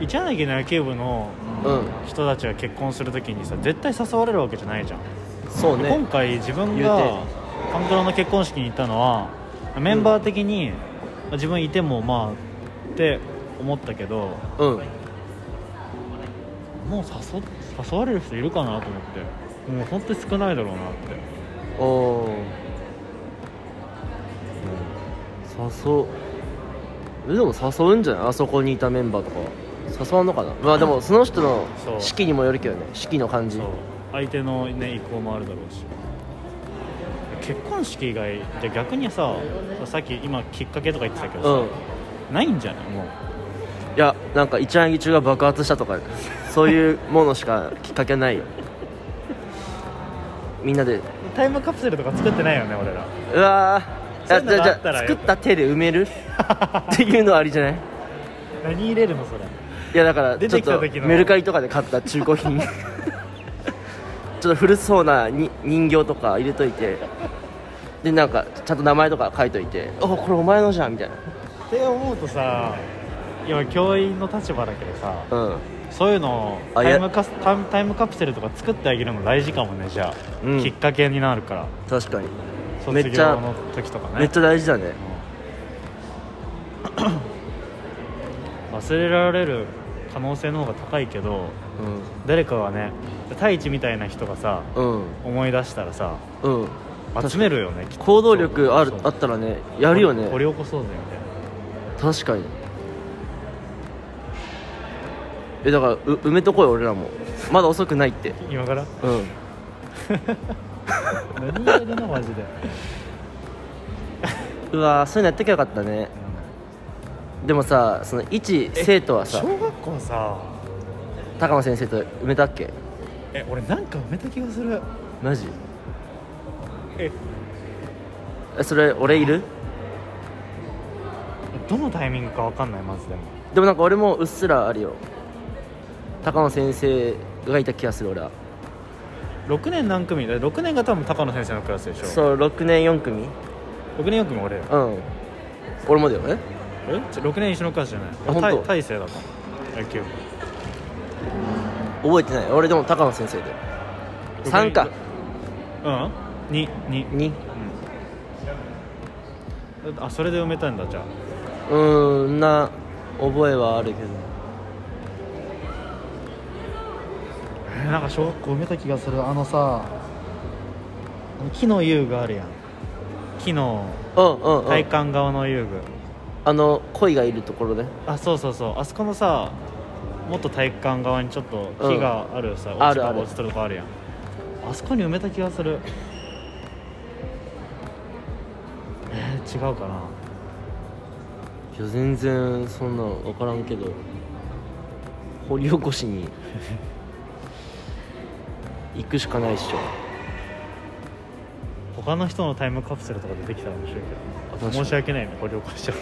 柳の野球部のうん人たちが結婚するときにさ絶対誘われるわけじゃないじゃん、そうでね今回自分言うが勘九郎の結婚式に行ったのはメンバー的に自分いてもまあって思ったけどうんもう誘誘われる人いるかなと思ってもう本当に少ないだろうなっておーうん誘うえでも誘うんじゃないあそこにいたメンバーとかは誘わんのかなまあでもその人のそう式にもよるけどね式の感じそう相手の、ね、意向もあるだろうし結婚式以外じゃあ逆にささっき今きっかけとか言ってたけうどんさ、ないんじゃないもういやなんか一柳中が爆発したとかそういうものしかきっかけないよみんなでタイムカプセルとか作ってないよね俺らうわーそういうあのじがゃあじあっゃたらあよ作った手で埋める っていうのはありじゃない何入れるのそれいやだから出ちょてっきたと時のメルカリとかで買った中 古品ちょっと古そうなに人形とか入れといてでなんかちゃんと名前とか書いといて「おこれお前のじゃん」みたいって思うとさ今教員の立場だけどさなうんそういうのをあタイやムカスタイムカプセルとか作ってあげるの大事かもねじゃあ、うんきっかけになるから確かにめ卒っちゃ業の時とかねめっちゃ大事だね忘れられる可能性の方が高いけど誰かがね太一みたいな人がさうんうん思い出したらさうん集めるよねきっと行動力あるそうあったらねやるよね掘り起こそうぜみ確かにえだからう埋めとこうよ俺らもまだ遅くないってたいな今からう何んやるのマジで うわーそういうのやってきゃよかったねでもさその一生徒はさ小学校さ高野先生と埋めたっけえ俺なんか埋めた気がするマジええそれ俺いるどのタイミングかわかんないまずでもでもなんか俺もうっすらあるよ高野先生がいた気がする俺は6年何組だ6年が多分高野先生のクラスでしょそう6年4組6年4組俺えうん俺もだよねちょ6年一緒のクラスじゃないあ本当た大勢だから野球部覚えてない俺でも高野先生だよ3かうん二二2あそれで埋めたんだじゃあうーんな覚えはあるけどえーなんか小学校埋めた気がするあのさあの木の遊具あるやん木のうんうん、う体ん、幹側の遊具あの鯉がいるところねあそうそうそうあそこのさもっと体育館側にちょっと木があるさ、落んちある葉あるが落ちてるとこあるやんあそこに埋めた気がするえー、違うかないや全然そんなの分からんけど掘り起こしに行くしかないっしょ他の人のタイムカプセルとか出てきたら面白いけあ確どかに申し訳ないねこれ起こしちゃう